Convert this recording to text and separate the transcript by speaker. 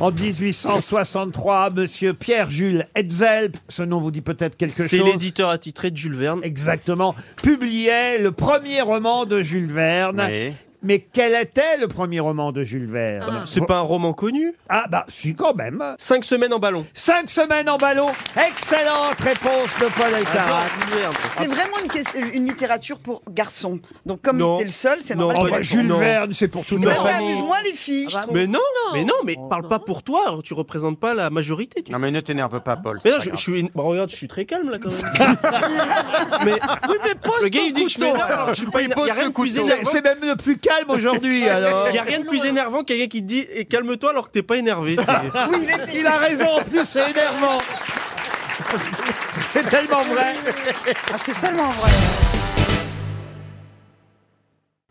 Speaker 1: En 1863, monsieur Pierre-Jules Hetzel, ce nom vous dit peut-être quelque
Speaker 2: C'est
Speaker 1: chose.
Speaker 2: l'éditeur attitré de Jules Verne.
Speaker 1: Exactement. Publiait le premier roman de Jules Verne.
Speaker 2: Oui. Ah.
Speaker 1: Mais quel était le premier roman de Jules Verne
Speaker 2: C'est pas un roman connu
Speaker 1: Ah bah si quand même.
Speaker 2: Cinq semaines en ballon.
Speaker 1: Cinq semaines en ballon. Excellente réponse de Paul Elkarat.
Speaker 2: Ah, merde.
Speaker 3: C'est vraiment une, ques- euh, une littérature pour garçons. Donc comme
Speaker 2: Non.
Speaker 3: t'es le seul, c'est
Speaker 2: Non.
Speaker 1: Oh,
Speaker 3: normal.
Speaker 1: bah,
Speaker 2: non.
Speaker 1: Jules Verne, c'est pour tout le
Speaker 3: que-
Speaker 2: non.
Speaker 3: Ouais,
Speaker 2: non.
Speaker 3: ouais,
Speaker 1: monde.
Speaker 3: amuse-moi les filles.
Speaker 2: Ah, bah, Mais non, mais non, mais parle pas pour toi, tu représentes pas la majorité. tu
Speaker 4: Non
Speaker 2: sais.
Speaker 4: mais ne t'énerve pas, Paul.
Speaker 2: Mais
Speaker 4: c'est
Speaker 2: non,
Speaker 4: pas
Speaker 2: je, je
Speaker 4: grave.
Speaker 2: suis. Bon, regarde, je suis très calme là quand même. mais, le gars il dit que je m'énerve, alors que je suis pas. Il
Speaker 4: pose
Speaker 2: y a rien
Speaker 4: le
Speaker 2: de plus
Speaker 4: couteau.
Speaker 2: énervant.
Speaker 1: C'est même le plus calme aujourd'hui alors.
Speaker 2: Il y a rien de plus énervant qu'un gars qui te dit eh, calme-toi alors que t'es pas énervé. C'est-
Speaker 3: Oui, les filles.
Speaker 1: Il a raison, en plus c'est énervant. C'est tellement vrai.
Speaker 3: Ah, c'est tellement vrai.